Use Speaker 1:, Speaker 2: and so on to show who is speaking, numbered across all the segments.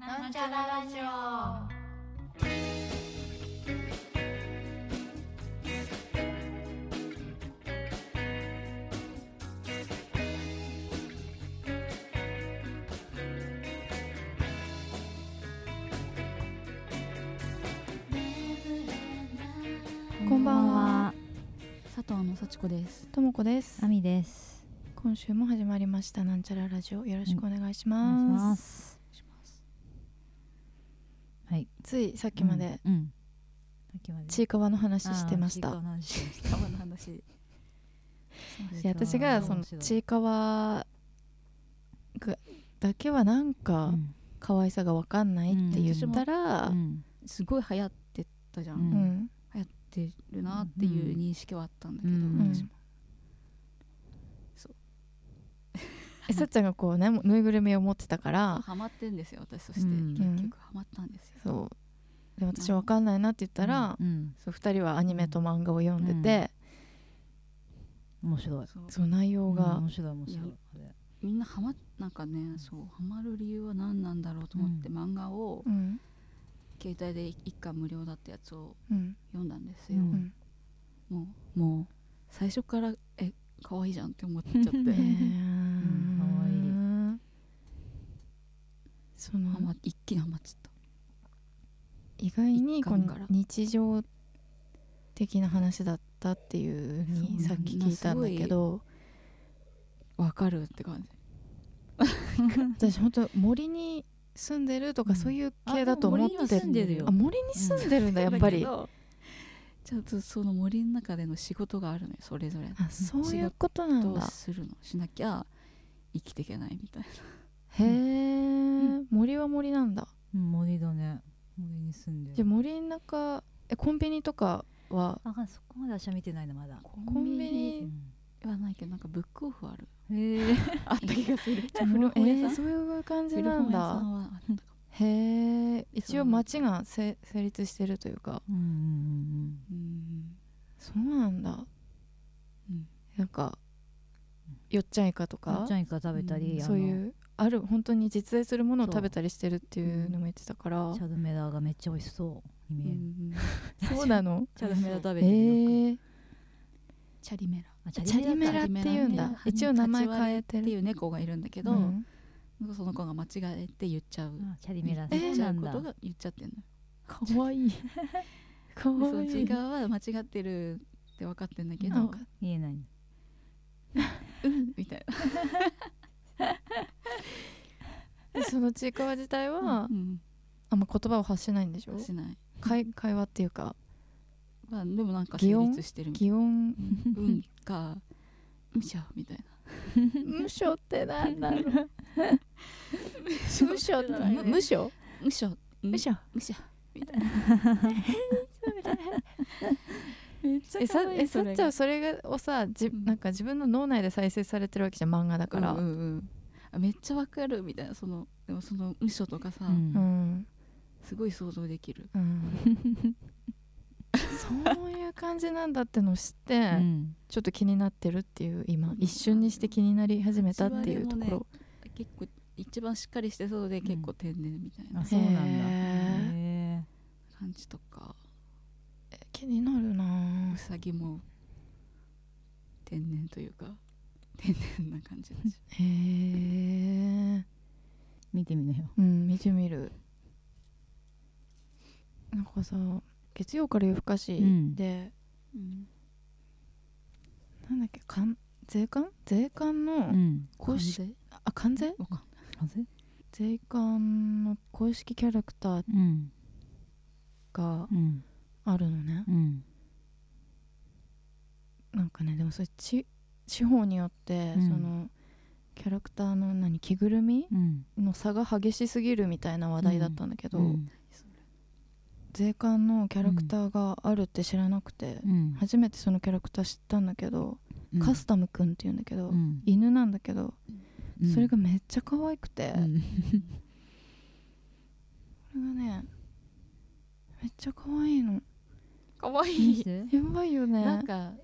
Speaker 1: なんちゃらラジオ。
Speaker 2: こんばんは。
Speaker 3: 佐藤の幸子です。
Speaker 2: ともこです
Speaker 4: あ。みです。
Speaker 2: 今週も始まりました。なんちゃらラジオ、よろしくお願いし
Speaker 4: お願いし
Speaker 2: ま。
Speaker 4: ますす。はい。
Speaker 2: ついさっきまで、
Speaker 4: うん。うんさっきまで
Speaker 2: ちいかわの話してまし
Speaker 4: あー
Speaker 2: た。
Speaker 4: ちいかわの話。い
Speaker 2: いや、私がそのちいかわ。だけはなんか可愛さがわかんないって言ったら、
Speaker 3: すごい流行ってたじゃん。
Speaker 4: うん
Speaker 2: う
Speaker 3: 流
Speaker 2: ん、
Speaker 3: 行ってるなっていう認識はあったんだけど、
Speaker 4: うん
Speaker 3: 私も
Speaker 2: えさっちゃんがこうねぬいぐるみを持ってたから、
Speaker 3: ハマってんですよ私として、
Speaker 4: うん
Speaker 3: 結局ハマったんですよ。
Speaker 2: そうで私わかんないなって言ったら、
Speaker 4: うん
Speaker 2: そう2人はアニメと漫画を読んでて、
Speaker 4: 面白い。
Speaker 3: そう
Speaker 2: その内容が
Speaker 4: 面白い面白い。あれ
Speaker 3: みんなハマなんかねそうハマる理由は何なんだろうと思って、
Speaker 4: う
Speaker 3: 漫画を
Speaker 2: うん
Speaker 3: 携帯で一巻無料だったやつを
Speaker 2: うん
Speaker 3: 読んだんですよ。
Speaker 2: うん、
Speaker 3: もうもう最初からえ可愛いじゃんって思っちゃっ
Speaker 2: え
Speaker 3: てハ
Speaker 2: ーその
Speaker 3: マ一気にハマっちゃっ
Speaker 2: 意外に
Speaker 3: 一
Speaker 2: こ
Speaker 3: 巻
Speaker 2: の
Speaker 3: から
Speaker 2: 日常的な話だったっていうふうに
Speaker 3: そう
Speaker 2: さっき聞いたんだけど
Speaker 3: たわかるって感じ。
Speaker 2: 私本当森に住んでるとか
Speaker 4: うん
Speaker 2: そういう系だと思って
Speaker 4: あでも森には住んでるよ
Speaker 2: あ森に住んでるんだやっぱり
Speaker 3: だけどちゃんとその森の中での仕事があるのよそれぞれ
Speaker 2: あそういうことな
Speaker 3: ど
Speaker 2: ん
Speaker 3: う
Speaker 2: だ
Speaker 3: するのしなきゃ生きていけないみたいな
Speaker 2: へえ森は森なんだ
Speaker 4: うん森だね。森に住ん
Speaker 2: じ
Speaker 4: で
Speaker 2: ゃあ
Speaker 4: る。
Speaker 2: 森の中えコンビニとかは
Speaker 4: あそこまで私は見てないなまだ。
Speaker 2: コンビ
Speaker 4: う
Speaker 2: ニ
Speaker 4: ん
Speaker 3: はないけどなんかブックオフある
Speaker 4: へえ。
Speaker 3: あった気がす る
Speaker 2: え
Speaker 3: 古本屋
Speaker 2: ー
Speaker 3: さん
Speaker 2: そういう感じ
Speaker 3: 古
Speaker 2: なん
Speaker 3: 本屋さ
Speaker 2: だ
Speaker 3: んはあったかも
Speaker 2: へえ一応
Speaker 3: そうなんだ
Speaker 2: 町がせ成立してるというか
Speaker 4: うんうんうん
Speaker 3: うん
Speaker 2: そうなんだ
Speaker 3: うん
Speaker 2: なんかよっちゃんいかと
Speaker 4: うん。よ
Speaker 2: か
Speaker 4: っちゃんイカ食べた
Speaker 3: う
Speaker 4: り、
Speaker 3: ん
Speaker 4: あ
Speaker 2: そう
Speaker 4: の
Speaker 2: いうある本当に実在するものを
Speaker 4: そう
Speaker 2: 食べたりしてるっていうのも言ってたから
Speaker 4: チャドメダーがめっちゃ美味しそうに
Speaker 3: う
Speaker 4: 見える。
Speaker 3: ん
Speaker 2: そうなの
Speaker 4: チャドメラ食
Speaker 2: え
Speaker 4: べてるよ
Speaker 2: ー、
Speaker 4: く
Speaker 3: チャリメラ
Speaker 4: あチ
Speaker 2: チャリメラ
Speaker 4: か
Speaker 2: っていうんだ一応名前変えて
Speaker 3: ってい
Speaker 2: る
Speaker 3: う猫がいるんだけ
Speaker 2: け
Speaker 3: ど、なんかその子が間違えて言っちゃう
Speaker 4: あチャリメラね
Speaker 3: 言っ
Speaker 4: そ
Speaker 3: ち
Speaker 4: う
Speaker 3: ゃう
Speaker 4: な
Speaker 3: んこ
Speaker 4: だ
Speaker 3: とが言っちゃってんのよ
Speaker 2: かわ いいか
Speaker 3: でそ
Speaker 2: わ
Speaker 3: の
Speaker 2: い
Speaker 3: ちい
Speaker 2: い
Speaker 3: かわは間違ってるって分かってんだけ
Speaker 2: な
Speaker 3: ど
Speaker 2: んか
Speaker 4: 言えないの
Speaker 3: うんみたい
Speaker 2: でそのちいかわ自体
Speaker 3: な、
Speaker 2: は
Speaker 3: うん、
Speaker 2: あんま言葉を発しないんでしょ
Speaker 3: しない
Speaker 2: 会会話っていうか
Speaker 3: まあでもなんか成立してるみたい
Speaker 2: 擬音
Speaker 3: なうんかむしゃみたいな
Speaker 2: 無所ってなんだろう無所って何無所
Speaker 3: むしゃ
Speaker 2: 無所
Speaker 3: むしゃみたい
Speaker 2: えさえ
Speaker 3: そ
Speaker 2: さ
Speaker 3: れ
Speaker 2: っ
Speaker 3: が
Speaker 2: ちゃんはそれがをさじ
Speaker 3: うん
Speaker 2: なんか自分の脳内で再生されてるわけじゃん漫画だか
Speaker 3: な
Speaker 2: ら、
Speaker 3: うんうんうんあめっちゃわかるみたいなそのでもそのむしょとかさ、
Speaker 4: う
Speaker 2: う
Speaker 4: ん
Speaker 2: ん
Speaker 3: すごい想像できる
Speaker 2: うんそういう感じなんだってのを知って、
Speaker 4: うん
Speaker 2: ちょっと気になってるっていう今
Speaker 3: うん
Speaker 2: 一瞬にして気になり始めたっていうとこ
Speaker 3: 味わ
Speaker 2: ろ、
Speaker 3: 結構一番しっかりしてそうで結構天然みたい
Speaker 4: あ
Speaker 3: な
Speaker 4: そうなんだ
Speaker 2: へ
Speaker 4: へ
Speaker 3: 感じとか、
Speaker 2: え気になるな
Speaker 3: う
Speaker 2: ぁ
Speaker 3: さぎも天然というか天然な感じだし
Speaker 2: へえ
Speaker 4: え見てみなよ
Speaker 2: うん見てみるなんかさ月曜から夜更かし
Speaker 4: うん
Speaker 2: で、
Speaker 3: うん
Speaker 2: なんだっけかん税関税関の
Speaker 4: ん
Speaker 2: 公式、あ関税
Speaker 3: わかん
Speaker 4: 風
Speaker 2: 税関の公式キャラクター
Speaker 4: うん
Speaker 2: が
Speaker 4: うん
Speaker 2: あるのね、
Speaker 4: うん
Speaker 2: なんかねでもそれち地方によって、
Speaker 4: うん
Speaker 2: そのキャラクターの何着ぐるみ
Speaker 4: うん
Speaker 2: の差が激しすぎるみたいな話題だったんだけど、税関のキャラクターがあるって知らなくて、
Speaker 4: うん
Speaker 2: 初めてそのキャラクター知ったんだけど、カスタムくんっていうんだけど、
Speaker 4: うん
Speaker 2: 犬なんだけど、
Speaker 4: うん
Speaker 2: それがめっちゃ可愛くて、
Speaker 4: う
Speaker 2: こ
Speaker 4: ん
Speaker 2: れがねめっちゃ可愛いの
Speaker 3: かわい
Speaker 4: 見
Speaker 3: い
Speaker 4: せて
Speaker 2: やばいよね
Speaker 3: なんか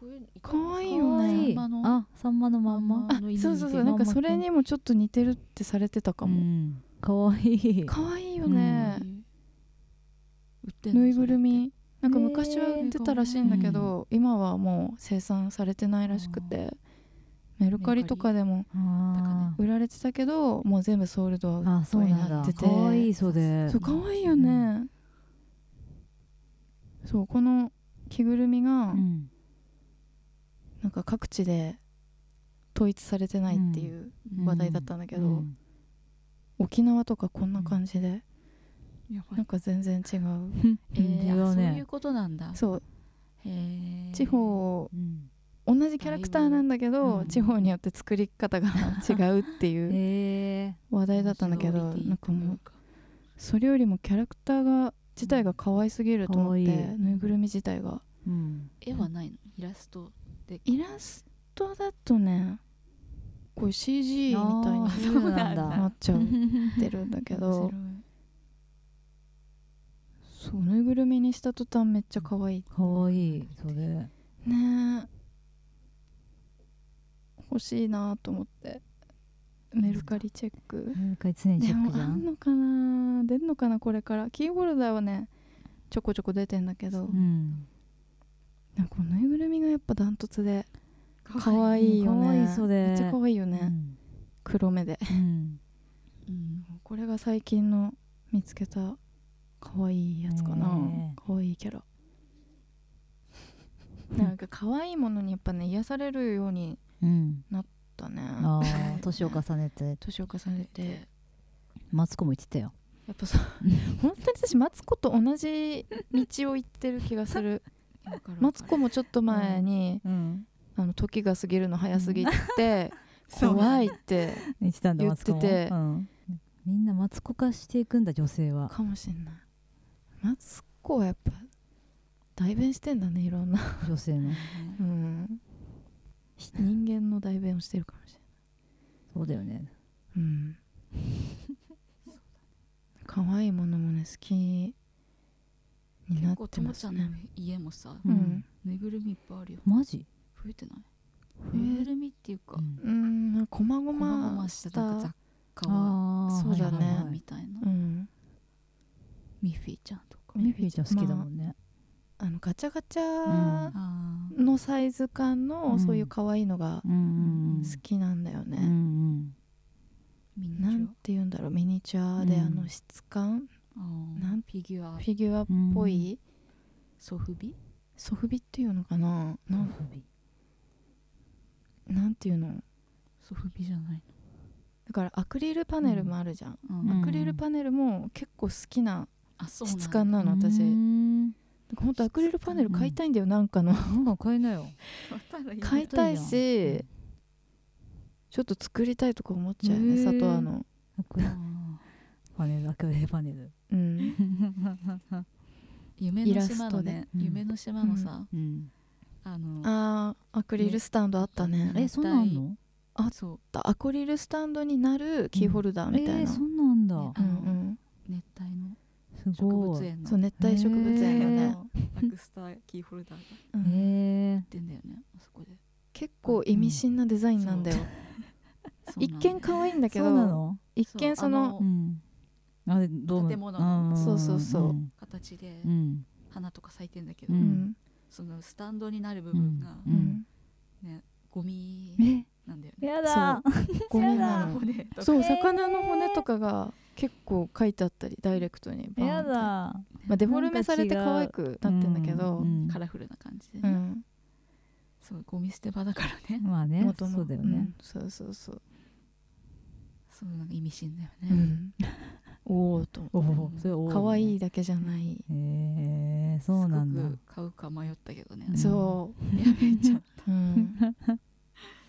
Speaker 1: こういうのいた
Speaker 2: 可愛い
Speaker 1: んです
Speaker 2: よ
Speaker 4: 可愛
Speaker 2: ね
Speaker 4: い
Speaker 3: サンマの
Speaker 4: あサンマのまんま
Speaker 3: あの犬
Speaker 2: そうそうそう
Speaker 3: みた
Speaker 2: ないんかそれにもちょっと似てるってされてたか
Speaker 4: う
Speaker 2: も、
Speaker 4: んかわいい
Speaker 2: 可愛いよね、
Speaker 3: 売ってんの
Speaker 2: ぬいぐるみなんか
Speaker 4: ねえ
Speaker 2: 昔は売ってたらしいんだけど、今はもう生産されてないらしくてメルカリとかでも
Speaker 4: あー
Speaker 2: 売られてたけどもう全部ソールドア
Speaker 4: あーそうなんだ
Speaker 2: てて
Speaker 4: かわいいそれ
Speaker 2: そう可愛いよね、そうこの着ぐるみが
Speaker 4: うん
Speaker 2: なんか各地で統一されてないっていう、
Speaker 3: うん
Speaker 2: 話題だったんだけど
Speaker 4: うん
Speaker 2: 沖縄とかこんな感じで、
Speaker 3: それってやばい
Speaker 2: なんか全然違う
Speaker 3: えー
Speaker 4: う
Speaker 3: あ
Speaker 4: ん違う
Speaker 3: そう
Speaker 4: ね
Speaker 3: いうことなん だ
Speaker 2: そう
Speaker 3: へー
Speaker 2: 地方
Speaker 4: うん
Speaker 2: 同じキャラクターなんだけど、
Speaker 3: うん
Speaker 2: 地方によって作り方が違うっていう
Speaker 4: え
Speaker 2: 話題だったんだけど
Speaker 3: オリジナリティ
Speaker 2: なんかもう
Speaker 3: とい
Speaker 2: それよりもキャラクターが自体が可愛すぎると思って、
Speaker 4: 可愛い
Speaker 2: ぬいぐるみ自体が
Speaker 4: ーうん
Speaker 3: 絵はないのイラストで
Speaker 2: イラストだとねこういう CG みたい
Speaker 4: あー
Speaker 2: に
Speaker 4: そ
Speaker 3: そう
Speaker 4: うなん
Speaker 2: な
Speaker 4: だ
Speaker 2: っちゃってるんだけど
Speaker 3: 面白い
Speaker 2: そうぬいぐるみにした途端めっちゃ可愛い
Speaker 4: かわいいそれ
Speaker 2: ねえ欲しいなと思ってメルカリチェック
Speaker 4: なんか常にチ
Speaker 2: で
Speaker 4: ェック
Speaker 2: も
Speaker 4: じゃ
Speaker 2: あん
Speaker 4: ん
Speaker 2: のかな出んのかなこれからキーホルダーはねちょこちょこ出てんだけど
Speaker 4: うん
Speaker 2: なんかこのぬいぐるみがやっぱダントツで
Speaker 3: か
Speaker 2: 可愛いよ
Speaker 4: 可
Speaker 2: ね
Speaker 4: 愛いそれ
Speaker 2: めっちゃ可愛いよね、
Speaker 4: うん
Speaker 2: 黒目で
Speaker 4: うん
Speaker 3: うん
Speaker 2: これが最近の見つけた可愛いやつかな
Speaker 4: ね
Speaker 2: 可愛いキャ ラなんか可愛いものにやっぱね癒されるように
Speaker 4: うん
Speaker 2: だね
Speaker 4: ああ年を重ねて
Speaker 2: 年を重ねて
Speaker 4: マツコも言ってたよ
Speaker 2: やっぱそう本当に私マツコと同じ道を行ってる気がす る
Speaker 3: わかる
Speaker 2: マツコもちょっと前に、
Speaker 4: うん
Speaker 2: あの時が過ぎるの早すぎ て、
Speaker 3: そう
Speaker 2: 怖いって
Speaker 4: 言ってたんだ
Speaker 2: 言
Speaker 4: マ
Speaker 2: っ
Speaker 4: ツ
Speaker 2: てて
Speaker 4: コもうんみんなマツコ化していくんだ女性 は
Speaker 2: かもしんないマツコはやっぱ代弁してんだねいろんな、
Speaker 4: 女性の
Speaker 2: うん、人間の代弁をしてるかもしれ
Speaker 4: そうだよね
Speaker 2: ない、うん、 可愛いものもね好きにな
Speaker 3: 結
Speaker 2: っ
Speaker 3: 構
Speaker 2: て
Speaker 3: とも
Speaker 2: ま
Speaker 3: ち
Speaker 2: す
Speaker 3: ゃんの
Speaker 2: ね
Speaker 3: 家もさ
Speaker 4: の
Speaker 2: うん、
Speaker 3: ぬいぐるみいっぱいあるよ
Speaker 4: マジ
Speaker 3: 増えてない
Speaker 2: え
Speaker 3: ぬいぐるみっていうか
Speaker 2: うん、まあこまご
Speaker 3: こまご
Speaker 2: ま
Speaker 3: ましたなんか雑貨は
Speaker 4: ああ
Speaker 2: そうだね
Speaker 3: みたいな
Speaker 2: うん
Speaker 3: ミッフィーちゃんとか
Speaker 4: ミッフィーちゃん好きだもんね
Speaker 2: あのガチャガチ
Speaker 4: う
Speaker 2: ャ
Speaker 3: あ
Speaker 2: のサイズ感
Speaker 4: う
Speaker 2: の
Speaker 4: ん
Speaker 2: そういう可愛いのが
Speaker 4: うんうんうん
Speaker 2: 好きなんだよ
Speaker 4: うんう
Speaker 2: ね、
Speaker 4: ん
Speaker 3: ミニチ
Speaker 2: なん
Speaker 3: ュ
Speaker 2: て言うんだろうミニチュアで
Speaker 4: うん
Speaker 2: あの質感、
Speaker 3: アあー
Speaker 2: なん
Speaker 3: フィギュア
Speaker 2: フィギュアっぽい、
Speaker 3: ソフビ
Speaker 2: ソフビっていうのかななんなんていうの
Speaker 3: ソフビじゃない
Speaker 2: だからアクリルパネルもあるじゃん、
Speaker 3: の
Speaker 4: うん
Speaker 2: アクリルパネルも結構好きな
Speaker 3: あそうなんだ
Speaker 2: 質感なの私
Speaker 4: うん
Speaker 2: 本当アクリルパネル買いたいんだよなんかの
Speaker 4: なんか買 えなよ
Speaker 2: 買いたいしちょっと作りたいとか思っちゃうよね
Speaker 4: へー
Speaker 2: 佐藤あの
Speaker 4: アクリル
Speaker 3: あ
Speaker 4: パネルアクリルパネル
Speaker 2: うん
Speaker 3: ー夢
Speaker 2: イ
Speaker 3: の
Speaker 2: ラス
Speaker 3: 島
Speaker 2: ト
Speaker 3: の
Speaker 2: で
Speaker 3: ね
Speaker 4: うん
Speaker 3: 夢の島のさ
Speaker 4: うん
Speaker 3: あの
Speaker 2: あーアクリルスタンドあったね
Speaker 4: えそんなんあんの
Speaker 2: あ
Speaker 3: そう
Speaker 2: アクリルスタンドになるキーホルダーみたい
Speaker 4: えー
Speaker 2: な、
Speaker 4: そんなんだ
Speaker 2: う
Speaker 3: うんん
Speaker 2: うん
Speaker 3: 熱帯の
Speaker 4: す
Speaker 3: 植
Speaker 4: ご
Speaker 3: 物
Speaker 4: い
Speaker 3: 園の
Speaker 2: そう熱帯植物園のね、
Speaker 3: ラクスターキーホルダーが
Speaker 2: うん
Speaker 4: え
Speaker 3: 出てんだよねあそこで
Speaker 2: 結構意味深なデザインなんだよ、
Speaker 3: そう
Speaker 2: 一
Speaker 3: なんだよ
Speaker 2: 見可愛いんだけ
Speaker 4: そう
Speaker 2: ど
Speaker 4: なの
Speaker 2: 一見その
Speaker 4: うんあれどうも
Speaker 3: 建物の
Speaker 4: ん
Speaker 2: そうそうそう
Speaker 3: 形で
Speaker 4: うん
Speaker 3: 花とか咲いてんだけど、
Speaker 4: う
Speaker 2: うんん、
Speaker 3: そのスタンドになる部分が
Speaker 2: う
Speaker 4: うんん
Speaker 3: ね、ゴミ
Speaker 4: え
Speaker 3: なんだよね。
Speaker 4: や
Speaker 2: だゴミなの
Speaker 3: 骨とか
Speaker 2: そう魚の骨とかが結構書いてあったりダイレクトにバーン
Speaker 4: や
Speaker 2: って
Speaker 4: だ
Speaker 2: まあ、デフォルメされて可愛くなってんだけど、
Speaker 4: うんうん
Speaker 3: カラフルな感じで、
Speaker 2: う
Speaker 3: ね
Speaker 2: ん
Speaker 3: そうゴミ捨て場だからね、
Speaker 4: まあね
Speaker 2: 元の
Speaker 4: そうだよね
Speaker 2: んそうそうそう、
Speaker 3: そうなんか意味深だよ
Speaker 2: う
Speaker 3: ね。
Speaker 2: ん、おおと思
Speaker 4: おおそれお
Speaker 2: う
Speaker 4: お
Speaker 2: 可愛
Speaker 4: へ
Speaker 2: いだけじゃない
Speaker 4: えそうなんだ
Speaker 3: すごく買うか迷ったけどね。
Speaker 4: うん
Speaker 2: そ
Speaker 3: やめちゃう。
Speaker 2: う、うん、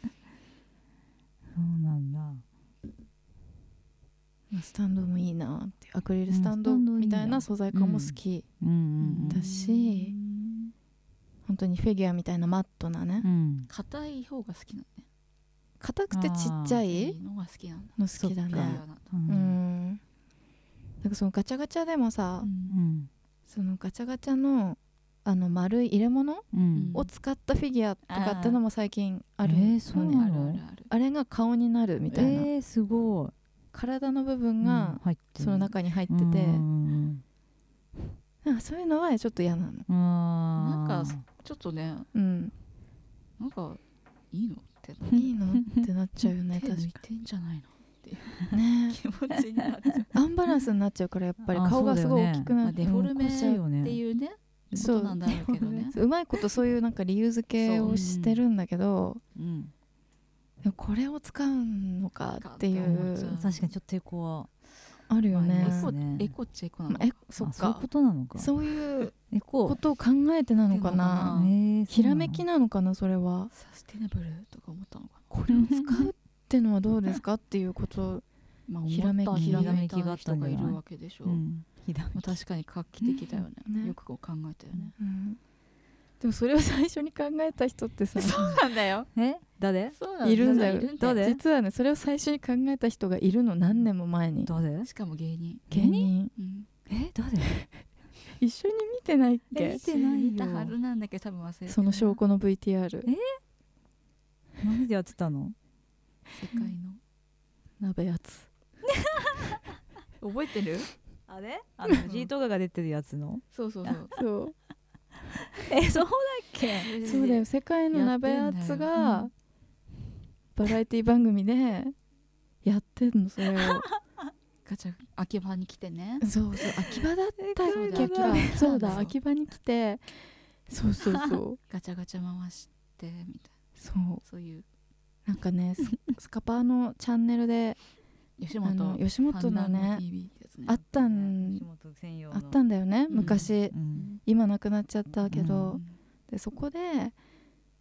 Speaker 4: そうなんだ
Speaker 2: まあスタンドもいいなってアクリルスタンド
Speaker 4: うんスタンドいい
Speaker 2: み
Speaker 4: んだ
Speaker 2: たいな素材感も好き、
Speaker 4: うんうん
Speaker 2: だし
Speaker 3: うん
Speaker 2: 本当にフィギュアみたいなマットなね
Speaker 4: うん
Speaker 3: 硬い方が好きなのね。
Speaker 2: 硬くてちっちゃ
Speaker 3: い
Speaker 2: い
Speaker 3: いのが好きなんだ。
Speaker 2: の好きだ
Speaker 3: ピ
Speaker 4: そ
Speaker 3: ュ
Speaker 4: っ
Speaker 3: ア
Speaker 2: ね
Speaker 3: なと。
Speaker 4: う
Speaker 2: うんんなんかそのガチャガチャでもさ、
Speaker 3: うん
Speaker 4: うん
Speaker 2: そのガチャガチャのあの丸い入れ物
Speaker 4: うん
Speaker 2: を使ったフィギュアとかってのも最近ある
Speaker 4: えーそうな
Speaker 3: ある
Speaker 4: の
Speaker 3: あるある
Speaker 2: あれが顔になるみたいな、
Speaker 4: えーすごい
Speaker 2: 体の部分
Speaker 4: うん
Speaker 2: が
Speaker 4: 入ってる
Speaker 2: その中に入ってて、
Speaker 4: うん
Speaker 2: なんかそういうのはちょっと嫌なの、
Speaker 4: あー
Speaker 3: なんかちょっとね
Speaker 2: うん、
Speaker 3: なんかいいのってなっ
Speaker 2: いいのってなっちゃうよ ね
Speaker 3: て手
Speaker 2: 確
Speaker 3: 抜いてんじゃないの
Speaker 2: かね
Speaker 3: 気持ちになっちゃう
Speaker 2: アンバランスになっちゃうからやっぱり
Speaker 4: あ
Speaker 2: 顔がすごい
Speaker 4: そうだよ
Speaker 2: 大
Speaker 4: ね
Speaker 2: きく
Speaker 3: ま
Speaker 2: な
Speaker 3: あ
Speaker 2: っ
Speaker 3: デ
Speaker 2: て、
Speaker 3: フォルメっ
Speaker 4: 起こしちゃうよね
Speaker 3: ていうねこ
Speaker 2: そ
Speaker 3: と
Speaker 2: う
Speaker 3: なんだろうけどね
Speaker 2: うまいことそういうなんか理由付けをしてるんだけど、
Speaker 3: うん
Speaker 2: でもこれを使うのかってい
Speaker 3: 思っちゃ
Speaker 2: う
Speaker 3: う
Speaker 4: 確かにちょっと抵抗は
Speaker 2: あるよね、
Speaker 4: まあ
Speaker 2: ま
Speaker 4: ね
Speaker 3: エコっちゃエコな
Speaker 2: あ
Speaker 3: のか
Speaker 2: えそ
Speaker 4: あ
Speaker 2: っ
Speaker 4: そういう
Speaker 2: か
Speaker 4: ことなのか
Speaker 2: そういう
Speaker 4: エコ
Speaker 2: ことを考えてなのか
Speaker 3: ってのか
Speaker 2: な
Speaker 3: な
Speaker 2: ひらめきなのかなそれは
Speaker 3: サステナブルとか思ったのかな
Speaker 2: これを使うってのはどうですかっていうこと
Speaker 3: まあ
Speaker 2: ひらめき
Speaker 3: 思ったひらめき
Speaker 4: ひらめきがあ
Speaker 3: が
Speaker 4: ったん
Speaker 3: 人
Speaker 4: じゃ
Speaker 3: が
Speaker 4: ない
Speaker 3: いるわけでしょ、
Speaker 4: う
Speaker 3: ま
Speaker 4: んひら
Speaker 3: あ、確かに画期的だよね
Speaker 2: ね
Speaker 3: よくこう考えたよね
Speaker 2: うんでもそれを最初に考えた人ってさ
Speaker 3: そうなんだよ
Speaker 4: え誰
Speaker 3: そう
Speaker 2: いるんだよ
Speaker 3: いるんだ
Speaker 4: どうで
Speaker 2: 実はねそれを最初に考えた人がいるの何年も前に
Speaker 4: 誰
Speaker 3: しかも芸人
Speaker 2: 芸人
Speaker 3: うん
Speaker 4: え誰
Speaker 2: 一緒に見てないっ
Speaker 4: え
Speaker 2: け
Speaker 4: 見てないよ
Speaker 3: 見たはずなんだけど多分忘れてる
Speaker 2: その証拠の VTR
Speaker 4: え何でやってたの
Speaker 3: 世界の
Speaker 2: 鍋やつ
Speaker 3: 覚えてる
Speaker 4: あれあの藤井とかが出てるやつの
Speaker 3: そうそうそう
Speaker 2: そう
Speaker 4: えそうだっ
Speaker 3: そ
Speaker 4: け
Speaker 3: れで
Speaker 2: そうだよ世界の鍋やつがバラエティ番組でやってん のそれを
Speaker 3: ガチャ秋葉に来てね
Speaker 2: そうそう秋葉だったっけ
Speaker 3: えそうだ
Speaker 2: 秋葉そうだ
Speaker 3: そう
Speaker 2: 秋葉に来てそうそうそう
Speaker 3: ガチャガチャ回してみたい
Speaker 2: そう
Speaker 3: なそういう
Speaker 2: なんかねススカパーのチャンネルで
Speaker 3: 吉
Speaker 2: あ
Speaker 3: 本
Speaker 2: の吉本の
Speaker 3: パンダ
Speaker 2: ね
Speaker 3: の TV ってやつね
Speaker 2: あったん
Speaker 4: 本専用
Speaker 2: あったんだよね
Speaker 3: うん
Speaker 2: 昔、
Speaker 4: うん
Speaker 2: 今なくなっちゃったけ
Speaker 3: う
Speaker 2: ど、
Speaker 3: ん
Speaker 2: でそこで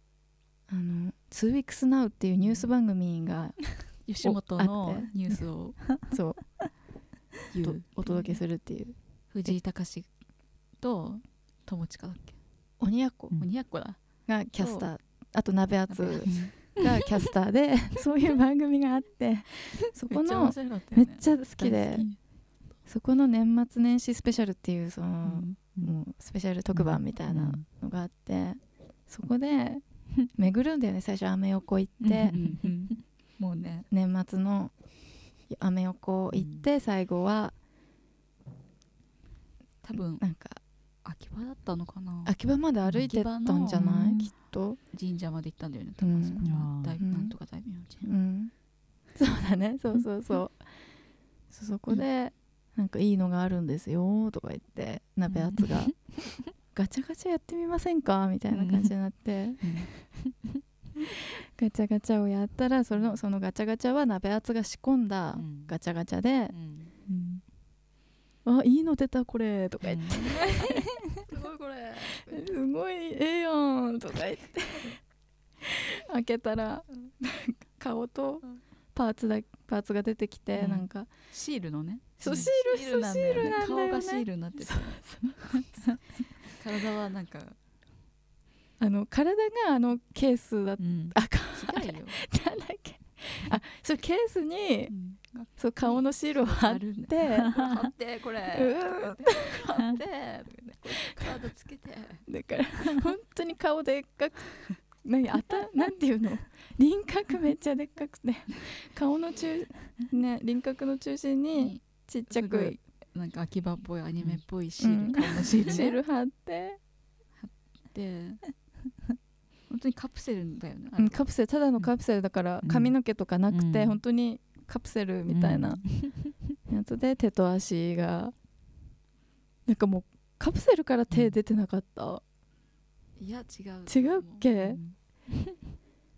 Speaker 2: 「あの 2weeksnow」っていうニュース番組 が
Speaker 3: 吉本
Speaker 2: おあっ
Speaker 3: の
Speaker 2: て
Speaker 3: ニュースを
Speaker 2: そう
Speaker 3: 言
Speaker 2: と
Speaker 3: う
Speaker 2: お届けするっていう
Speaker 3: 藤井隆と友近だっけ
Speaker 2: 鬼奴
Speaker 4: うん
Speaker 3: 鬼奴だ
Speaker 2: がキャスターあと鍋
Speaker 3: なんか
Speaker 2: 厚がキャスター でそういう番組があってそこ
Speaker 3: めっちゃ
Speaker 2: の
Speaker 3: 面白かったよ
Speaker 2: め
Speaker 3: ね
Speaker 2: っちゃ好きでそこの年末年始スペシャルっていうその、もうスペシャル特番みたいなのがあってそこで 巡るんだよね最初アメ横行って。
Speaker 3: うんうんうんもうね
Speaker 2: 年末のアメ横行って、最後は
Speaker 3: 多分
Speaker 2: なんか
Speaker 3: 秋葉だったのかな
Speaker 2: 秋葉まで歩いてたんじゃな
Speaker 4: 秋葉の
Speaker 2: いきっと、
Speaker 3: 神社まで行ったんだよね多分あそこ
Speaker 4: うん
Speaker 3: 大
Speaker 2: うん
Speaker 3: なんとか大名
Speaker 2: う
Speaker 3: 神
Speaker 2: ん、そうだねそうそうそう そそこでなんかいいのがあるんですよとか言って鍋圧が ガチャガチャやってみませんかみたいな感じになって ガチャガチャをやったらそのそのガチャガチャは鍋圧が仕込んだ
Speaker 4: うん
Speaker 2: ガチャガチャで
Speaker 3: うん
Speaker 2: 「あいいの出たこれ」とか言って
Speaker 3: すごいこれ
Speaker 2: すごいええやんとか言って開けたらなんか顔とパーツだパーツが出てきて、
Speaker 3: うん
Speaker 2: なんか
Speaker 3: シールのね
Speaker 2: そうシール
Speaker 3: シールなんだよね
Speaker 2: そうシールなんだよね
Speaker 3: 顔がシールになってて 体はなんか
Speaker 2: あの体があのケースだっ
Speaker 3: うん
Speaker 2: あか
Speaker 3: 違うよ
Speaker 2: たんだっけあそれケースに
Speaker 3: うん
Speaker 2: そう顔のシールを貼
Speaker 3: あ
Speaker 2: っ
Speaker 3: るんだ
Speaker 2: て
Speaker 3: 買ってこれ
Speaker 2: う
Speaker 3: 買ってこれカードつけて
Speaker 2: だから本当に顔でっかく何あたなんていうの輪郭めっちゃでっかくて顔の中、ね、輪郭の中心にちっちゃ
Speaker 3: すご
Speaker 2: く
Speaker 3: いなんか秋葉っぽいアニメっぽいシール顔のシール
Speaker 2: シー
Speaker 3: ね
Speaker 2: ル貼って。
Speaker 3: で本当にカプセルだよねあ
Speaker 2: う
Speaker 3: れ
Speaker 2: んカプセルただのカプセルだから
Speaker 4: うん
Speaker 2: 髪の毛とかなくて、
Speaker 4: うん
Speaker 2: 本当にカプセルみたいなやつで手と足がなんかもうカプセルから手出てなかった、
Speaker 3: いや違う
Speaker 2: 違うっけ、
Speaker 3: うん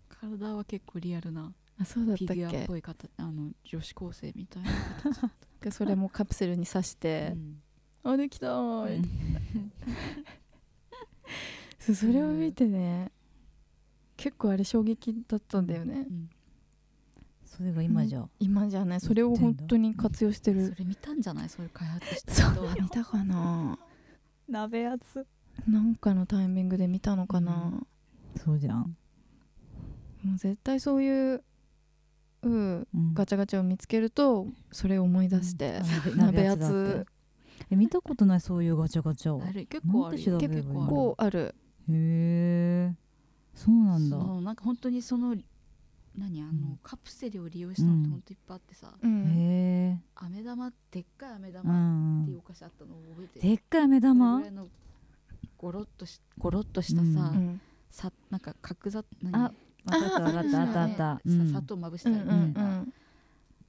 Speaker 3: 体は結構リアルな
Speaker 2: あそうだっ
Speaker 3: フィ
Speaker 2: たっ
Speaker 3: ギ
Speaker 2: け
Speaker 3: ュアっぽい方あの女子高生みたいな形だっ、
Speaker 2: でそれもカプセルに刺したてあできたー、
Speaker 4: うん
Speaker 2: そうそれを見てね結構あれ衝撃だったんだよね
Speaker 3: うん
Speaker 4: それが今じゃ
Speaker 2: 今じゃねそれを本当に活用してる
Speaker 3: それ見たんじゃないそういう開発した人
Speaker 2: 見たかな
Speaker 4: 鍋やつ
Speaker 2: なんかのタイミングで見たのかな、
Speaker 4: そうじゃん
Speaker 2: もう絶対そういううん
Speaker 4: うん
Speaker 2: ガチャガチャを見つけるとそれを思い出して、
Speaker 4: うん
Speaker 2: 鍋
Speaker 4: 鍋
Speaker 2: や
Speaker 4: やつだって
Speaker 2: つ
Speaker 4: え見たことないそういうガチャガチャを
Speaker 3: あれ結構あるよ
Speaker 4: なんて調べれ
Speaker 3: 結
Speaker 4: ばいいの
Speaker 2: こ
Speaker 3: 構
Speaker 2: うある
Speaker 4: へえそう
Speaker 3: あ
Speaker 4: な
Speaker 3: る
Speaker 4: んだ
Speaker 3: そうなんか本当にその何あ
Speaker 4: う
Speaker 3: の
Speaker 4: ん
Speaker 3: カプセルを利用したのっ
Speaker 4: う
Speaker 3: て
Speaker 4: ん
Speaker 3: 本当いっぱいあってさ、
Speaker 2: うん
Speaker 4: へえ
Speaker 3: 飴玉でっかい飴
Speaker 4: う
Speaker 3: 玉
Speaker 4: んう
Speaker 3: っていうんお菓子あったのを覚えてる
Speaker 4: でっかい
Speaker 3: こ
Speaker 4: 目
Speaker 3: れ
Speaker 4: 玉
Speaker 3: ぐらいのゴロッとしゴロッとした
Speaker 4: うん
Speaker 3: さ、
Speaker 2: うん
Speaker 3: さなんか角砂何
Speaker 4: あわかったわかったあったあった
Speaker 3: ねさ砂糖まぶした
Speaker 2: うん
Speaker 3: り
Speaker 2: う
Speaker 3: みたい
Speaker 2: んう
Speaker 3: なん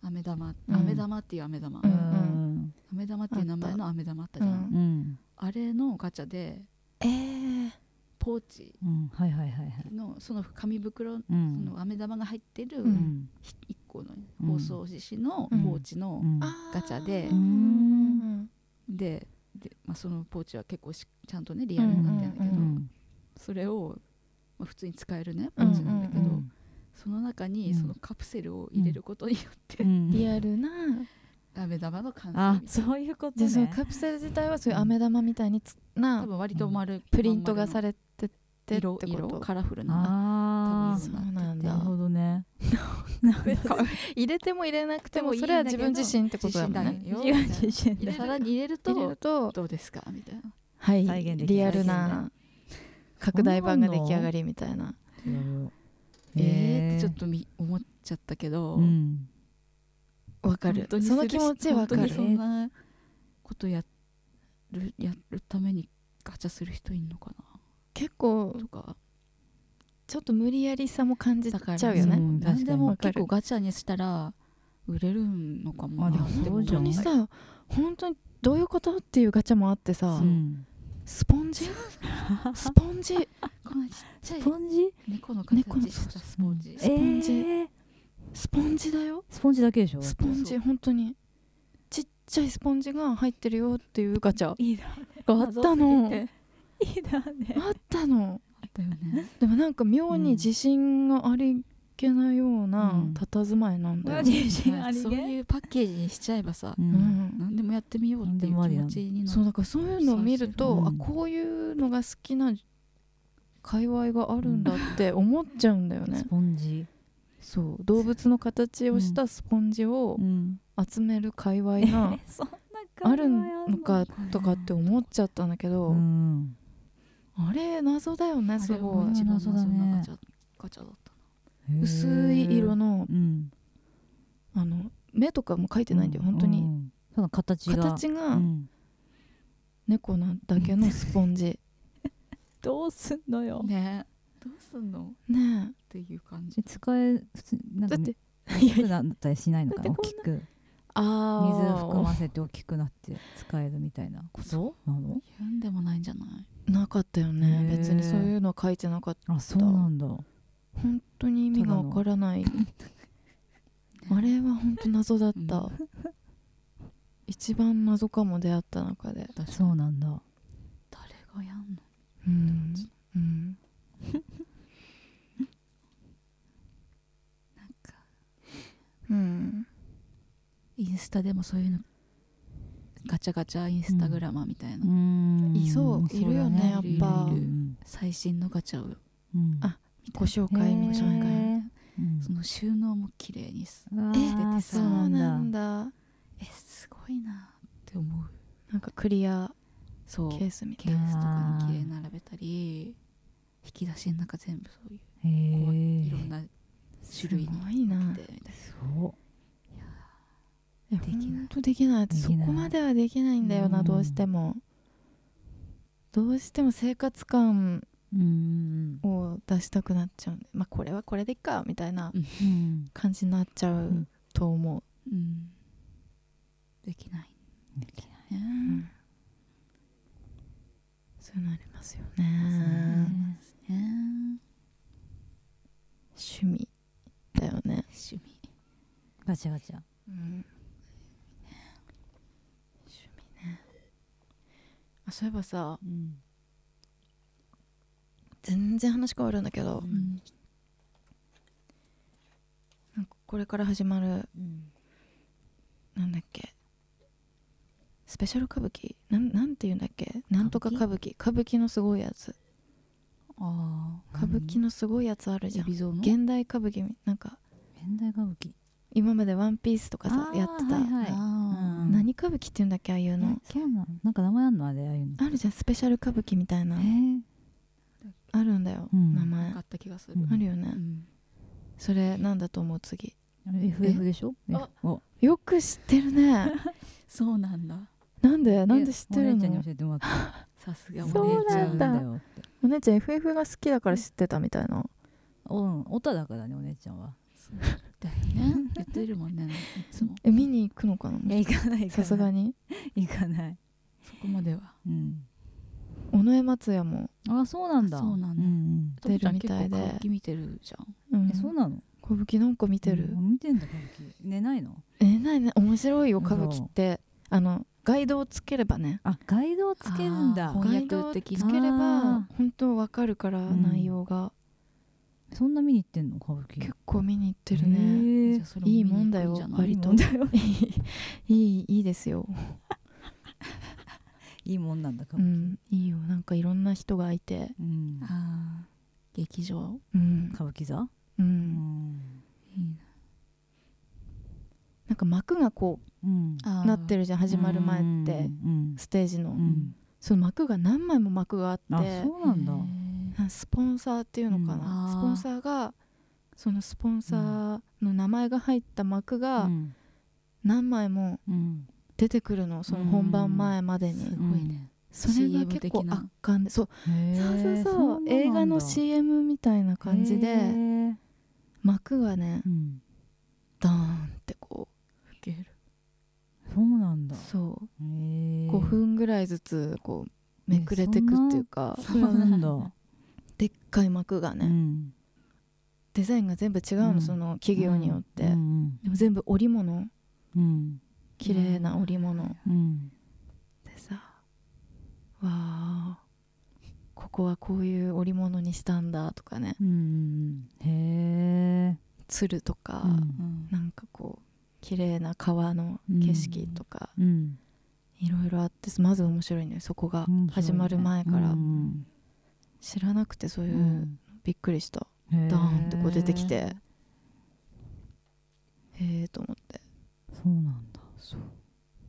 Speaker 3: 飴玉
Speaker 2: うん
Speaker 3: 飴玉っていう飴玉
Speaker 4: う
Speaker 2: うん
Speaker 4: ん
Speaker 3: 飴玉っていう名前の飴玉あったじゃ
Speaker 2: うん
Speaker 3: ん
Speaker 4: うんうん
Speaker 3: あれのガチャで
Speaker 2: えー
Speaker 3: ポーチ
Speaker 4: うんはいはいはいはい
Speaker 3: のその紙袋
Speaker 4: う
Speaker 3: そ
Speaker 4: ん
Speaker 3: の飴玉が入ってる
Speaker 2: うん
Speaker 3: 1個の
Speaker 4: うん
Speaker 3: 包装紙のポ
Speaker 2: うん
Speaker 3: ーチの
Speaker 4: うん
Speaker 2: あー
Speaker 3: ガチャで
Speaker 2: うんうん
Speaker 3: ででまあそのポーチは結構しちゃんとねリアルになってるんだけ
Speaker 4: う
Speaker 3: ど
Speaker 4: ん
Speaker 3: それをまあ普通に使えるねポ
Speaker 2: うん
Speaker 3: ーチなんだけ
Speaker 4: う
Speaker 3: ど
Speaker 4: ん
Speaker 3: その中に
Speaker 4: うん
Speaker 3: そのカプセルを入れることによって
Speaker 4: うん
Speaker 2: リアルな
Speaker 3: 飴玉の完成
Speaker 4: あ
Speaker 3: みたい
Speaker 4: そういうこと
Speaker 2: でその
Speaker 4: ね
Speaker 2: カプセル自体はそういう飴玉みたいにつ
Speaker 3: な
Speaker 2: な
Speaker 3: 多分割と丸
Speaker 2: プリントがされててって
Speaker 3: 色
Speaker 2: こと
Speaker 3: 色カラフルな多
Speaker 4: ああ
Speaker 3: 分色
Speaker 2: そう
Speaker 3: に
Speaker 2: な
Speaker 3: なん
Speaker 2: だ
Speaker 3: って
Speaker 4: なるほどね
Speaker 2: 入れても入れなくても
Speaker 3: でもいいん
Speaker 2: そ
Speaker 3: だ
Speaker 2: れは自分自身って
Speaker 3: て
Speaker 2: ことだもんね
Speaker 3: 自信
Speaker 4: リ
Speaker 3: だよみたいな入れ
Speaker 4: アル自信だ
Speaker 3: るさらに入れると
Speaker 2: 入れると
Speaker 3: どうですかみたいな
Speaker 2: はい
Speaker 4: 再現できない
Speaker 2: リアルな拡大版が出来上がりみたいな
Speaker 3: えー、ってちょっ
Speaker 4: と
Speaker 3: とみ思っちゃったけど、
Speaker 4: うん
Speaker 2: わか
Speaker 3: 本
Speaker 2: る
Speaker 3: 当に
Speaker 2: その気持ちわか
Speaker 3: 本当に
Speaker 2: る
Speaker 3: そんなことやるやるためにガチャする人いるのか
Speaker 2: 結構
Speaker 3: なとか
Speaker 2: ちょっと無理やりさも感じち
Speaker 3: だから
Speaker 2: ゃうよ
Speaker 4: う
Speaker 2: ね
Speaker 4: ん確か
Speaker 3: 何
Speaker 4: に
Speaker 3: でも
Speaker 2: わかる
Speaker 3: 結構ガチャにしたら売れるのかもな
Speaker 4: あでも
Speaker 3: って
Speaker 4: そう
Speaker 2: 本
Speaker 4: じ
Speaker 2: 当
Speaker 4: ゃん
Speaker 2: にさ本当にどういうことっていうガチャもあってさ
Speaker 4: うん
Speaker 2: スポンジスポンジ
Speaker 3: このちっちゃい
Speaker 4: スポンジ
Speaker 3: 猫の形したスポンジ
Speaker 2: そうそうポンジ
Speaker 4: えー
Speaker 2: スポンジだよ
Speaker 4: スポンジだけでしょ
Speaker 2: スポンジ本当にちっちゃいスポンジが入ってるよっていうガチャ
Speaker 4: いいだ
Speaker 2: があったの
Speaker 4: ねいいだね
Speaker 2: あったの
Speaker 3: あったよね
Speaker 2: でもなんか妙に自信がありげなよう
Speaker 4: う
Speaker 2: なん佇まいなんだよ、
Speaker 4: 自信あり
Speaker 3: そう
Speaker 4: げ
Speaker 3: いうパッケージにしちゃえばさ
Speaker 4: う
Speaker 2: うんん
Speaker 3: 何でもやってみようっていう気持ちにな
Speaker 2: そう
Speaker 3: る
Speaker 2: だからそういうのを見ると、
Speaker 4: うん
Speaker 2: あこういうのが好きな界隈があるんだって思っちゃうんだよね
Speaker 4: スポンジ
Speaker 2: そう動物の形をしたスポンジを
Speaker 4: うん
Speaker 2: 集める界隈が
Speaker 4: そんな
Speaker 2: あるのかとかって思っちゃったんだけど、
Speaker 4: うん
Speaker 2: あれ謎だよねすご
Speaker 4: あれ
Speaker 2: い
Speaker 4: は
Speaker 3: 一番謎
Speaker 4: そうだ
Speaker 3: な
Speaker 4: ね
Speaker 3: ガチャガチャだった
Speaker 4: へー
Speaker 2: 薄い色の
Speaker 4: うん
Speaker 2: あの目とかも描いてないんだよ本当
Speaker 4: う
Speaker 2: に
Speaker 4: んその形が
Speaker 2: 形
Speaker 4: う
Speaker 2: が
Speaker 4: ん
Speaker 2: 猫なだけのスポンジ
Speaker 4: どうすんのよ
Speaker 3: ねどうすんのっ
Speaker 2: ねえ
Speaker 3: ていう感じ
Speaker 4: で使え普通になん
Speaker 2: だ
Speaker 4: か
Speaker 2: って
Speaker 4: 大きくなったりしないのか
Speaker 2: だ
Speaker 4: な大
Speaker 2: って
Speaker 4: きく
Speaker 2: あ
Speaker 4: 水
Speaker 2: ー
Speaker 4: 含ませて大きくなって使えるみたいなことなの
Speaker 3: 言うんでもないんじゃない
Speaker 2: なかったよね
Speaker 4: へー
Speaker 2: 別にそういうのは書いてなかった
Speaker 4: あそうなんだ
Speaker 2: 本当に意味がわからない あれは本当謎だった、
Speaker 3: う
Speaker 2: 一番謎かも出会った中で
Speaker 4: そうなんだ
Speaker 3: 誰がやんの
Speaker 2: うん、うん、
Speaker 3: なんか
Speaker 2: うん
Speaker 3: インスタでもそういうのガチャガチャインスタグラマーみたいな、
Speaker 4: うん
Speaker 2: いそういるよね
Speaker 4: そうだ
Speaker 2: やっぱ
Speaker 4: いるいるうん
Speaker 3: 最新のガチャを
Speaker 4: うん
Speaker 2: あご紹
Speaker 4: へ
Speaker 2: 介
Speaker 4: ー
Speaker 2: みたい
Speaker 3: 紹
Speaker 2: な
Speaker 3: 介
Speaker 4: うん
Speaker 3: その収納も綺麗にす
Speaker 4: あ
Speaker 3: え
Speaker 4: ー
Speaker 3: そ
Speaker 2: そうう
Speaker 4: な
Speaker 2: なんん
Speaker 4: だ
Speaker 2: だ
Speaker 3: えすごいなって思う
Speaker 2: なんかクリア
Speaker 3: そう
Speaker 2: ケースみたい
Speaker 3: ケースとかに綺麗に並べたり引き出しの中全部そういう
Speaker 4: へ
Speaker 3: こういろ
Speaker 4: え
Speaker 3: んな種
Speaker 2: な
Speaker 3: 類に
Speaker 2: すごいなえ
Speaker 3: でみたい
Speaker 4: そう
Speaker 3: できない
Speaker 2: ほんとできない
Speaker 4: で
Speaker 2: そ
Speaker 4: きない
Speaker 2: こまではできないんだよな、
Speaker 4: うん
Speaker 2: どうしてもどうしても生活感
Speaker 4: うん
Speaker 2: を出したくなっちゃうんでまあこれはこれでいっかみたいな
Speaker 4: うん
Speaker 2: 感じになっちゃうと思う、
Speaker 3: なうんできない
Speaker 4: できない
Speaker 3: ね
Speaker 2: うんそうなりますよ
Speaker 4: です
Speaker 2: ね
Speaker 4: ね
Speaker 3: ね
Speaker 2: 趣味だよね、
Speaker 3: 趣味
Speaker 4: ガチャガチャ
Speaker 2: 趣味ねあそういえばさ
Speaker 4: うん
Speaker 2: 全然話変わるんだけど、
Speaker 3: うん
Speaker 2: なんかこれから始まる
Speaker 4: うん
Speaker 2: なんだっけスペシャル歌舞伎なんなんていうんだっけなんとか歌舞伎歌舞伎のすごいやつ
Speaker 3: ああ
Speaker 2: 歌舞伎のすごいやつあるじゃん
Speaker 3: 海老蔵の
Speaker 2: 現代歌舞伎みなんか
Speaker 4: 現代歌舞伎
Speaker 2: 今まで「ワンピースとかさやってた、
Speaker 4: あーはいはい
Speaker 3: あー
Speaker 4: う
Speaker 2: 何
Speaker 4: ん
Speaker 2: 何歌舞伎って言うんだっけああいうの
Speaker 4: そうなのなんか名前あんのあれああいうの
Speaker 2: あるじゃんスペシャル歌舞伎みたいな
Speaker 4: えー
Speaker 2: あるんだよ、
Speaker 4: うん
Speaker 2: 名前
Speaker 3: あった気がする、
Speaker 4: うん
Speaker 2: あるよね、
Speaker 3: うん
Speaker 2: それなんだと思う次
Speaker 4: あれ FF でしょ
Speaker 2: あ
Speaker 4: F お
Speaker 2: よく知ってる ね
Speaker 3: そうなんだ
Speaker 2: なんでなんで知ってる
Speaker 4: お姉
Speaker 2: の
Speaker 4: ちゃんに教えてもらった
Speaker 3: さすがお姉ちゃん
Speaker 2: そうなんだ
Speaker 4: 違よって
Speaker 2: お姉ちゃん FF が好きだから知ってたみたいな
Speaker 4: うんオタだからねお姉ちゃんは
Speaker 3: だよね言ってるもんねいつも
Speaker 2: え見に行くのかない
Speaker 4: や行かない行か
Speaker 2: さ
Speaker 4: ない
Speaker 2: すがに
Speaker 4: 行かない
Speaker 3: そこまでは
Speaker 4: うん
Speaker 2: 尾上松也も、
Speaker 4: あそうなんだ
Speaker 3: あそうなんだ
Speaker 4: ん
Speaker 2: 出るみたいで
Speaker 3: ともちゃん結構活気見てるじゃ
Speaker 2: う
Speaker 3: ん
Speaker 2: ん
Speaker 4: うんえそうなの
Speaker 2: 歌舞伎なんか見てる、
Speaker 4: うん見てんだ歌舞伎寝ないの
Speaker 2: えないね面白いよ
Speaker 4: うん
Speaker 2: 歌舞伎ってあのガイドをつければね
Speaker 4: あガイドをつけるんだ
Speaker 3: あー翻訳
Speaker 2: ガイドを
Speaker 3: 的な
Speaker 2: つければ
Speaker 4: あ
Speaker 2: 本当わかるから
Speaker 4: ん
Speaker 2: 内容が、
Speaker 4: そんな見に行ってんの歌舞伎
Speaker 2: 結構見に行ってる
Speaker 4: へ
Speaker 2: ね、
Speaker 4: ー
Speaker 3: じゃあそれ
Speaker 2: いい
Speaker 3: 見に行
Speaker 2: も
Speaker 3: く
Speaker 2: んだよ
Speaker 3: じゃない
Speaker 2: 割と いいいいですよ、
Speaker 4: いいもんなんだ歌
Speaker 2: う
Speaker 4: 舞伎
Speaker 2: ん、いいよなんかいろんな人がいて
Speaker 4: うん
Speaker 3: あー劇場
Speaker 2: うん、
Speaker 4: 歌舞伎座
Speaker 2: う、
Speaker 4: うんん
Speaker 3: いい
Speaker 2: なんか幕がこ
Speaker 4: うん
Speaker 3: な
Speaker 2: うなって
Speaker 3: る
Speaker 2: るじゃん始まる前って
Speaker 4: うん
Speaker 2: ステージの、
Speaker 4: うん
Speaker 2: その幕が何枚も幕があって
Speaker 4: あそうなんだ
Speaker 2: なんかスポンサーっていうのかな、
Speaker 3: うん
Speaker 2: スポンサーがそのスポンサーの名前が入った幕が
Speaker 4: うん
Speaker 2: 何枚も
Speaker 4: うん
Speaker 2: 出てくるのその本番前までに、
Speaker 3: すごいね
Speaker 2: それが結
Speaker 3: CM
Speaker 2: 構
Speaker 3: 的な
Speaker 2: 圧巻でそう
Speaker 4: へ
Speaker 2: そう
Speaker 4: ー
Speaker 2: そうそ
Speaker 4: そうう
Speaker 2: 映画の
Speaker 4: ー
Speaker 2: CM みたいな感じで
Speaker 4: うん
Speaker 2: 幕がねダーンってこ
Speaker 3: 受ける
Speaker 4: そうなん
Speaker 2: う
Speaker 4: だ
Speaker 2: そう
Speaker 4: へ
Speaker 2: 5分ぐらいずつこうめくれてくっていうか、
Speaker 4: そうなんだ
Speaker 2: でっかい幕がね、
Speaker 4: うん
Speaker 2: デザインが全部違うの、
Speaker 4: うん
Speaker 2: その企業によって、
Speaker 4: うん
Speaker 2: でも全部織物
Speaker 4: うん
Speaker 2: 綺麗な織物で
Speaker 4: うん
Speaker 2: さ、わあここはこういう織物にしたんだとかね
Speaker 4: うんへえ
Speaker 2: 鶴とか、
Speaker 3: うん
Speaker 2: なんかこう綺麗な川の景色とか、
Speaker 4: うん
Speaker 2: いろいろあってまず面白いねそこが
Speaker 4: うん
Speaker 2: 始まる前から、
Speaker 4: うん
Speaker 2: 知らなくてそういう、
Speaker 4: うん
Speaker 2: びっくりした
Speaker 4: へー
Speaker 2: ダーンってこう出てきてへえと思って
Speaker 4: そうなんだ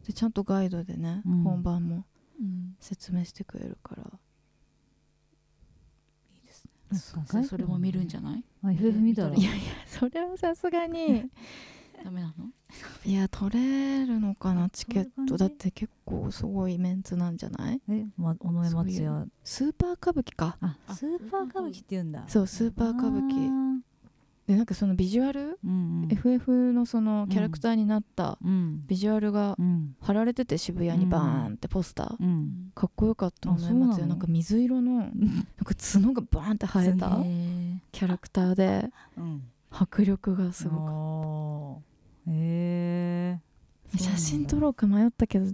Speaker 2: でちゃんとガイドでね、
Speaker 4: うん
Speaker 2: 本番も
Speaker 3: うん
Speaker 2: 説明してくれるから
Speaker 3: いいです
Speaker 4: そっか
Speaker 3: ねそれも見るんじゃない
Speaker 4: あ FF 見たら
Speaker 3: い
Speaker 2: や それはさすがに
Speaker 3: ダメなの
Speaker 2: いや取れるのかな
Speaker 4: あ
Speaker 2: チケッ
Speaker 4: そう
Speaker 2: ト
Speaker 4: いう感じ
Speaker 2: だって結構すごいメンツなんじゃない
Speaker 4: えま尾上松
Speaker 2: そう
Speaker 4: 也
Speaker 2: スーパー歌舞伎か
Speaker 4: あ
Speaker 3: あ
Speaker 4: スーパー歌舞伎って言うんだ
Speaker 2: そうスーパー歌舞
Speaker 4: あ
Speaker 2: 伎
Speaker 4: ー
Speaker 2: でなんかそのビジュアル、
Speaker 4: うんうん
Speaker 2: FF のそのキャラクターになった
Speaker 4: うん
Speaker 2: ビジュアルが
Speaker 4: うん
Speaker 2: 貼られてて渋谷にバーンってポスター、
Speaker 4: う
Speaker 3: うんん
Speaker 2: かっこよかったの
Speaker 4: あ
Speaker 2: ね
Speaker 4: そうなの
Speaker 2: 松也なんか水色の なんか角がバーンって生えた
Speaker 4: 角
Speaker 3: へ
Speaker 2: キャラクターで
Speaker 4: うん
Speaker 2: 迫力がすごく
Speaker 4: ごくへえ
Speaker 2: 写真撮ろうか迷ったけど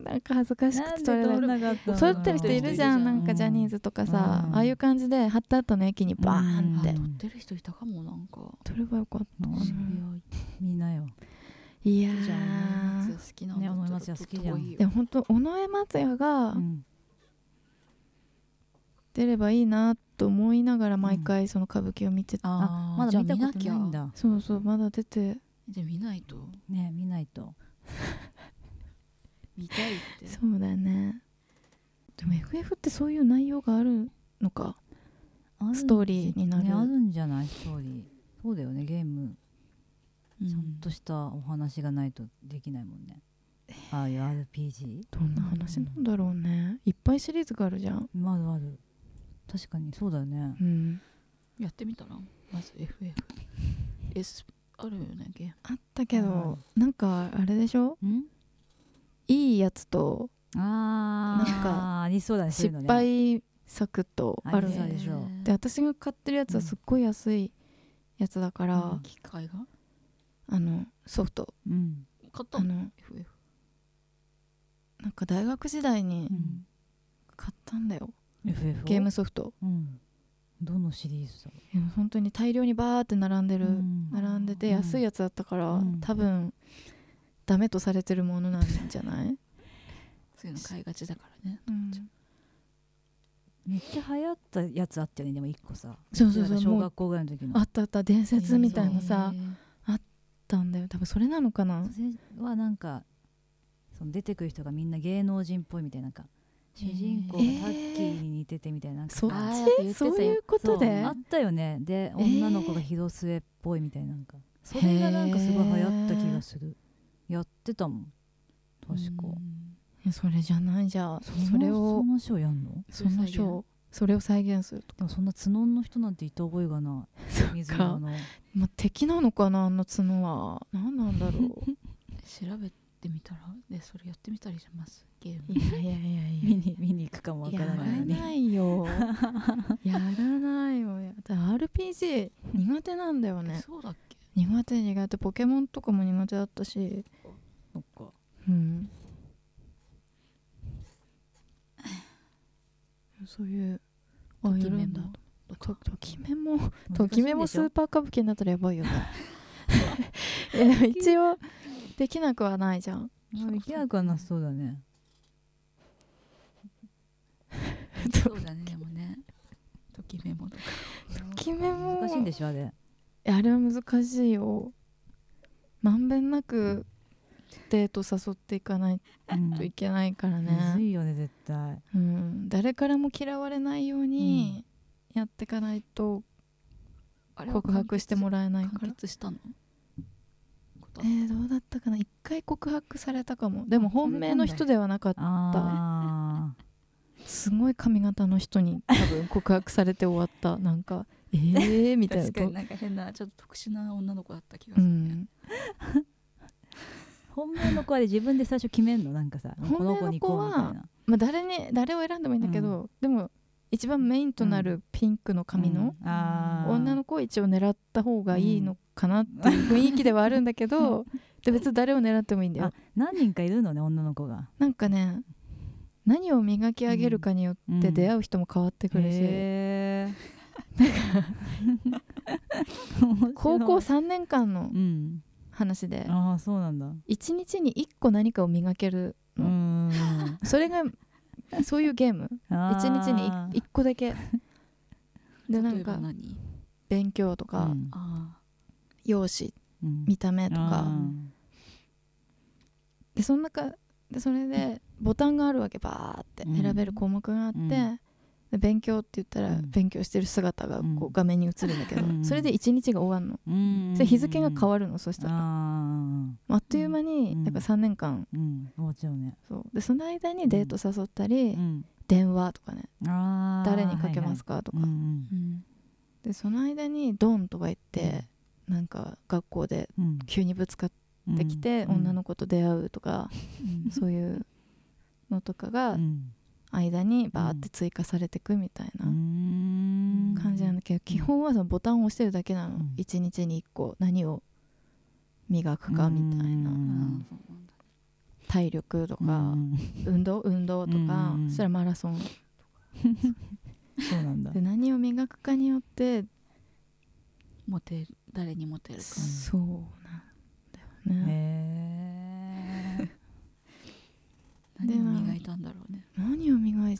Speaker 2: なんか恥ずかしくて撮れない
Speaker 4: なかっ
Speaker 2: そうやってる人いるじゃん
Speaker 3: うん
Speaker 2: なんかジャニーズとかさ、
Speaker 4: うん
Speaker 2: ああいう感じで貼った後の駅にバーンって、
Speaker 3: ー
Speaker 4: う
Speaker 3: 撮
Speaker 4: ん
Speaker 3: ってる人いたかもなんか
Speaker 2: 撮ればよかったかな
Speaker 3: 渋谷
Speaker 4: みんなよ
Speaker 2: いや
Speaker 3: いいじゃん
Speaker 2: ー
Speaker 3: 思い好きなんだ
Speaker 4: ね思いますよ好きじゃん
Speaker 2: でも本当尾上松也が
Speaker 4: うん
Speaker 2: 出ればいいなと思いながら毎回その歌舞伎を見てた、
Speaker 3: あ
Speaker 4: まだ見たことないん
Speaker 3: じゃあ
Speaker 4: だ
Speaker 2: そうそうまだ出て
Speaker 3: 見なきゃじゃあ見ないと
Speaker 4: ね見ないと
Speaker 3: 見たいって
Speaker 2: そうだよねでも FF ってそういう内容があるのか
Speaker 4: あるん
Speaker 2: ストーリーになる
Speaker 4: ねあるんじゃないストーリーそうだよねゲーム
Speaker 3: うん
Speaker 4: ちゃんとしたお話がないとできないもんねああいう RPG
Speaker 2: どんな話なんだろうねいっぱいシリーズがあるじゃん
Speaker 4: あるある確かにそうだよね
Speaker 2: うん
Speaker 3: やってみたらまず FFS あるよねゲーム
Speaker 2: あったけどなんかあれでしょ
Speaker 4: うん
Speaker 2: いいやつと
Speaker 4: あー
Speaker 2: なんか
Speaker 4: ありそうだねそうい
Speaker 2: 失
Speaker 4: うのね
Speaker 2: 敗作とある
Speaker 4: そう
Speaker 2: の
Speaker 4: でしょう
Speaker 2: で私が買ってるやつはすっごい安いやつだから、
Speaker 4: うん
Speaker 3: 機械が
Speaker 2: あのソフト
Speaker 4: うん
Speaker 3: 買った
Speaker 2: あ
Speaker 3: の
Speaker 2: の
Speaker 3: FF
Speaker 2: なんか大学時代に
Speaker 4: うん
Speaker 2: 買ったんだよ
Speaker 4: FF を
Speaker 2: ゲームソフト
Speaker 4: うんどのシリーズだろ
Speaker 2: でも本当に大量にバーって並んでる、
Speaker 4: ううん
Speaker 2: 並んでて
Speaker 4: うん
Speaker 2: 安いやつだったから、
Speaker 4: うん
Speaker 2: 多分ダメとされてるものなんじゃない、
Speaker 3: そういうの買いがちだからね
Speaker 4: めっちゃ流行ったやつあったよねでも一個さ
Speaker 2: そうそうそう
Speaker 4: ちらが小
Speaker 2: もう
Speaker 4: 学校ぐらいの時の
Speaker 2: あったあった伝説みたいなさ、
Speaker 3: へー
Speaker 2: あったんだよ多分それなのかな
Speaker 4: それはなんかその出てくる人がみんな芸能人っぽいみたいななんか主人公がタッキーに似ててみたいななんか
Speaker 2: そっ
Speaker 3: あーやっぱ言ってた
Speaker 2: ち
Speaker 3: よ
Speaker 2: そういうこと
Speaker 4: そう
Speaker 2: で
Speaker 4: あったよねで
Speaker 2: えー
Speaker 4: 女の子が広末っぽいみたいななんかそれがなんかすごい流行った気がするやってたもん確か
Speaker 2: えそれじゃないじゃあ
Speaker 4: の
Speaker 2: それを
Speaker 4: そのショーやんの
Speaker 2: そのショーそれを再現すると
Speaker 4: でもそんな角の人なんていた覚えがない水色の
Speaker 2: まあ、敵なのかなあの角は何なんだろう
Speaker 3: 調べてみたらでそれやってみたりしますゲー ム
Speaker 2: いやいやいやい
Speaker 4: 見に見に行くかもわか
Speaker 2: や
Speaker 4: ら
Speaker 2: ら
Speaker 4: ないのに
Speaker 2: ないよやらないよだ RPG 苦手なんだよね
Speaker 3: そうだっけ
Speaker 2: 苦手苦手ポケモンとかも苦手だったし
Speaker 4: そっか
Speaker 2: うんそういうあ
Speaker 3: ときめも
Speaker 2: やるんだとときめもと
Speaker 4: 難し
Speaker 2: き
Speaker 4: いんでしょ
Speaker 2: めもスーパー歌舞伎になったらやば いよねいやでも一応できなくはないじゃん
Speaker 4: まあできなくはなさそうだね
Speaker 3: そうだねでもねときメモとか
Speaker 2: ときめも
Speaker 4: 難しいんでしょあれ
Speaker 2: いやあれは難しいよまんべんなくデート誘っていかない
Speaker 4: うん
Speaker 2: といけないから
Speaker 4: むず
Speaker 2: ね、
Speaker 4: いよね絶対
Speaker 2: うん、誰からも嫌われないようにやっていかないと
Speaker 3: あれは
Speaker 2: 告白してもらえないから
Speaker 3: 完結したのこと
Speaker 2: えー、どうだったかな一回告白されたかもでも本命の人ではなかった
Speaker 4: ああ
Speaker 2: すごい髪型の人に多分告白されて終わったなんかえ ー、みたいな
Speaker 3: 確かになんか変なちょっと特殊な女の子だった気が
Speaker 2: う
Speaker 3: するね、
Speaker 2: ん、
Speaker 4: 本命の子はで自分で最初決めんのなんか さ
Speaker 2: 本命の子は
Speaker 4: この子に行こうみたいな
Speaker 2: まあ、誰に誰を選んでもいいんだけど、でも一番メインとなるピンクの髪の
Speaker 4: うんあー
Speaker 2: 女の子を一応狙った方がいいのかなっていう雰囲気ではあるんだけど、で別に誰を狙ってもいいんだよ
Speaker 4: あ何人かいるのね女の子が
Speaker 2: なんかね何を磨き上げるかによって出会う人も変わってくるし、
Speaker 4: へえ
Speaker 2: 高校3年間の
Speaker 4: うん
Speaker 2: 話で
Speaker 4: ああそうなんだ
Speaker 2: 1日に1個何かを磨ける
Speaker 4: う
Speaker 2: うん
Speaker 4: ん
Speaker 2: それがそういうゲーム1日に 1, 個だけでなん
Speaker 3: 例えば
Speaker 2: か
Speaker 3: 何
Speaker 2: 勉強とか、
Speaker 3: あ
Speaker 2: 容姿
Speaker 4: 見
Speaker 2: 見た目とかでその中でそれでボタンがあるわけバーって
Speaker 4: うん
Speaker 2: 選べる項目があって、
Speaker 4: うん
Speaker 2: で勉強って言ったら
Speaker 4: うん
Speaker 2: 勉強してる姿がこ
Speaker 4: う
Speaker 2: うん画面に映るんだけど、
Speaker 4: うん
Speaker 2: それで1日が終わるの、
Speaker 4: うん
Speaker 2: で日付が変
Speaker 4: わ
Speaker 2: わるのそしたら、
Speaker 4: あ
Speaker 2: あっという間に、
Speaker 4: うん
Speaker 2: だから3年間
Speaker 4: ーうん終わっちゃうね
Speaker 2: そうでその間にデート誘ったり、
Speaker 4: うん
Speaker 2: 電話とかね
Speaker 4: あー
Speaker 2: 誰にかけます
Speaker 4: か
Speaker 2: かと
Speaker 4: う
Speaker 2: か、
Speaker 4: んうん
Speaker 3: ーうん
Speaker 2: でその間にドンとか言って、なんか学校で
Speaker 4: うん
Speaker 2: 急にぶつかってきて、女の子と出会うとか、そういうのとかが
Speaker 4: うん
Speaker 2: 間にバーって追加されてくみたいな
Speaker 4: うん
Speaker 2: 感じなんだけど、基本はそのボタンを押してるだけなの、
Speaker 4: うん
Speaker 2: 1日に1個何を磨くかみたいな、
Speaker 4: う
Speaker 3: あー
Speaker 4: ん
Speaker 3: そうなんだ
Speaker 2: 体力とか、
Speaker 4: うん
Speaker 2: 運動運動とか、
Speaker 4: うん
Speaker 2: それはマラソン
Speaker 4: そうな んだ
Speaker 2: で何を磨くかによって
Speaker 3: モテる誰にモテるか
Speaker 2: そうなんだよね、
Speaker 4: へえ
Speaker 3: 何を磨いたんだろうね
Speaker 2: 何を磨い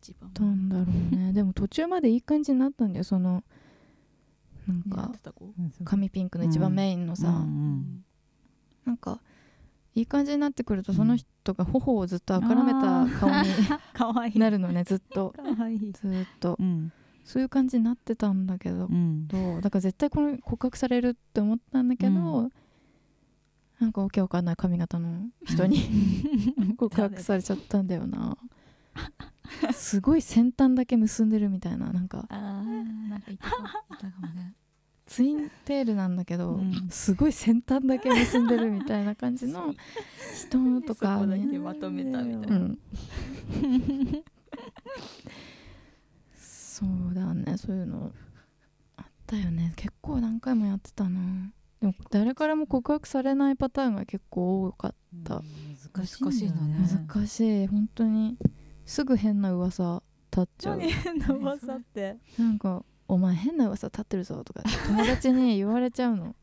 Speaker 3: 一番
Speaker 2: たんだろうねでも途中までいい感じになったんだよそのなん
Speaker 3: や
Speaker 2: か
Speaker 3: ってた子
Speaker 2: 髪ピンクの一番メインのさ、
Speaker 4: うん
Speaker 2: なんかいい感じになってくると
Speaker 4: うん
Speaker 2: その人が頬をずっとあからめた顔に
Speaker 4: かわいい
Speaker 2: なるのねずっ と
Speaker 4: かわいい
Speaker 2: ずっと
Speaker 4: うん
Speaker 2: そういう感じになってたんだけど
Speaker 4: うん
Speaker 2: どうだから絶対この告白されるって思ったんだけど、
Speaker 4: うん
Speaker 2: なんかわけわかんない髪型の人に 告白されちゃったんだよなすごい先端だけ結んでるみたいななんか
Speaker 3: あーなんか言ってたいたかもね
Speaker 2: ツインテールなんだけど、
Speaker 4: うん
Speaker 2: すごい先端だけ結んでるみたいな感じの人とか
Speaker 3: そこだ
Speaker 2: ね
Speaker 3: けまとめたみたいな
Speaker 2: う、ん そうだねそういうのあったよね結構何回もやってたなでも誰からも告白されないパターンが結構多かっ
Speaker 4: 難しい
Speaker 3: 難しいんだね
Speaker 2: た、
Speaker 4: 難し
Speaker 2: 難しい本当にすぐ変な噂立っちゃう
Speaker 4: いの噂って
Speaker 2: なんか「お前変な噂立ってるぞ」とか友達に言われちゃう の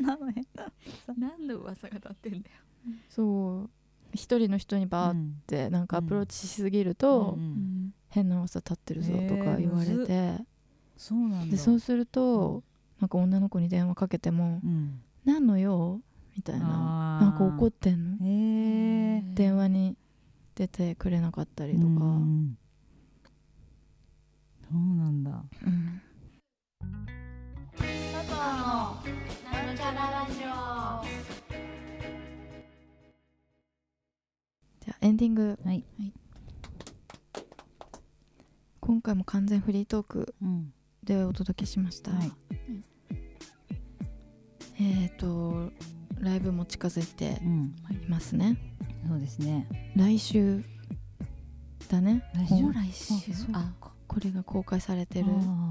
Speaker 4: なのね
Speaker 3: 何の噂が立ってんだよ
Speaker 2: そう一人の人にバーっ
Speaker 4: ん
Speaker 2: てなんかアプローチしすぎると「
Speaker 4: うん
Speaker 2: 変な噂立ってるぞ」とか言われて、
Speaker 4: そうなんだ
Speaker 2: でそうすると、なんか女の子に電話かけても
Speaker 4: うん
Speaker 2: 「何の用?」みたいな
Speaker 4: あー
Speaker 2: なんか怒ってんの
Speaker 4: へえ
Speaker 2: 電話に出てくれなかったりとか、
Speaker 4: うんそうなんだ
Speaker 2: うん
Speaker 1: 外のなんちゃらラジオ
Speaker 2: じゃあエンディング
Speaker 4: はい、
Speaker 2: 今回も完全フリートーク
Speaker 4: うん、
Speaker 2: でお届けしました、
Speaker 4: はい
Speaker 2: えっ、とライブも近づいて
Speaker 4: うん、
Speaker 2: いますね
Speaker 4: そうですね
Speaker 2: 来週だね
Speaker 4: 来週
Speaker 2: もう
Speaker 3: 来週
Speaker 4: あ
Speaker 3: あ
Speaker 2: これが公開されてる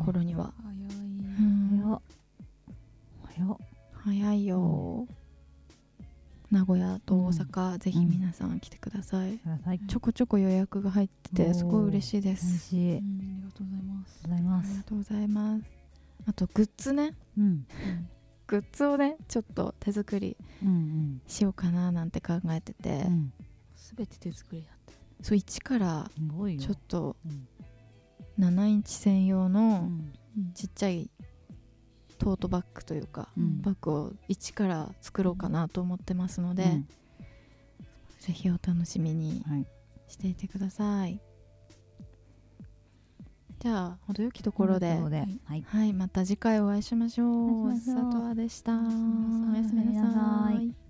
Speaker 2: 頃には
Speaker 3: 早い
Speaker 2: うん
Speaker 4: 早っ早っ
Speaker 2: 早いよ名古屋と大阪、ぜひ皆さん来てください、
Speaker 4: ください
Speaker 2: ちょこちょこ予約が入って
Speaker 4: おー
Speaker 2: てすごい嬉しいで
Speaker 4: 美味
Speaker 2: す
Speaker 4: しいあり
Speaker 3: うんありがとうございます
Speaker 4: がとうございま
Speaker 2: ありが
Speaker 4: す
Speaker 2: とうございますあとグッズね
Speaker 4: うん
Speaker 2: グッズをねちょっと手作り
Speaker 4: うん
Speaker 2: しようかななんて考えてて、
Speaker 4: うんうん
Speaker 3: すべて手作りだっ
Speaker 2: そう一から
Speaker 4: すごいよ
Speaker 2: ちょっと
Speaker 4: うん
Speaker 2: 7インチ専用
Speaker 4: う
Speaker 2: の
Speaker 4: ん
Speaker 2: ちっちゃいトートバッグというか、
Speaker 4: うん
Speaker 2: バッグを一から作ろうかなと思ってますので、
Speaker 4: うん
Speaker 2: ぜひお楽しみに
Speaker 4: はい
Speaker 2: していてくださいじゃあ程よきところで
Speaker 4: ところではい
Speaker 2: はいまた次回お会いしましょう
Speaker 4: お会いしましょう
Speaker 2: 佐藤でした
Speaker 3: おやすみなさい
Speaker 2: おやすみなさい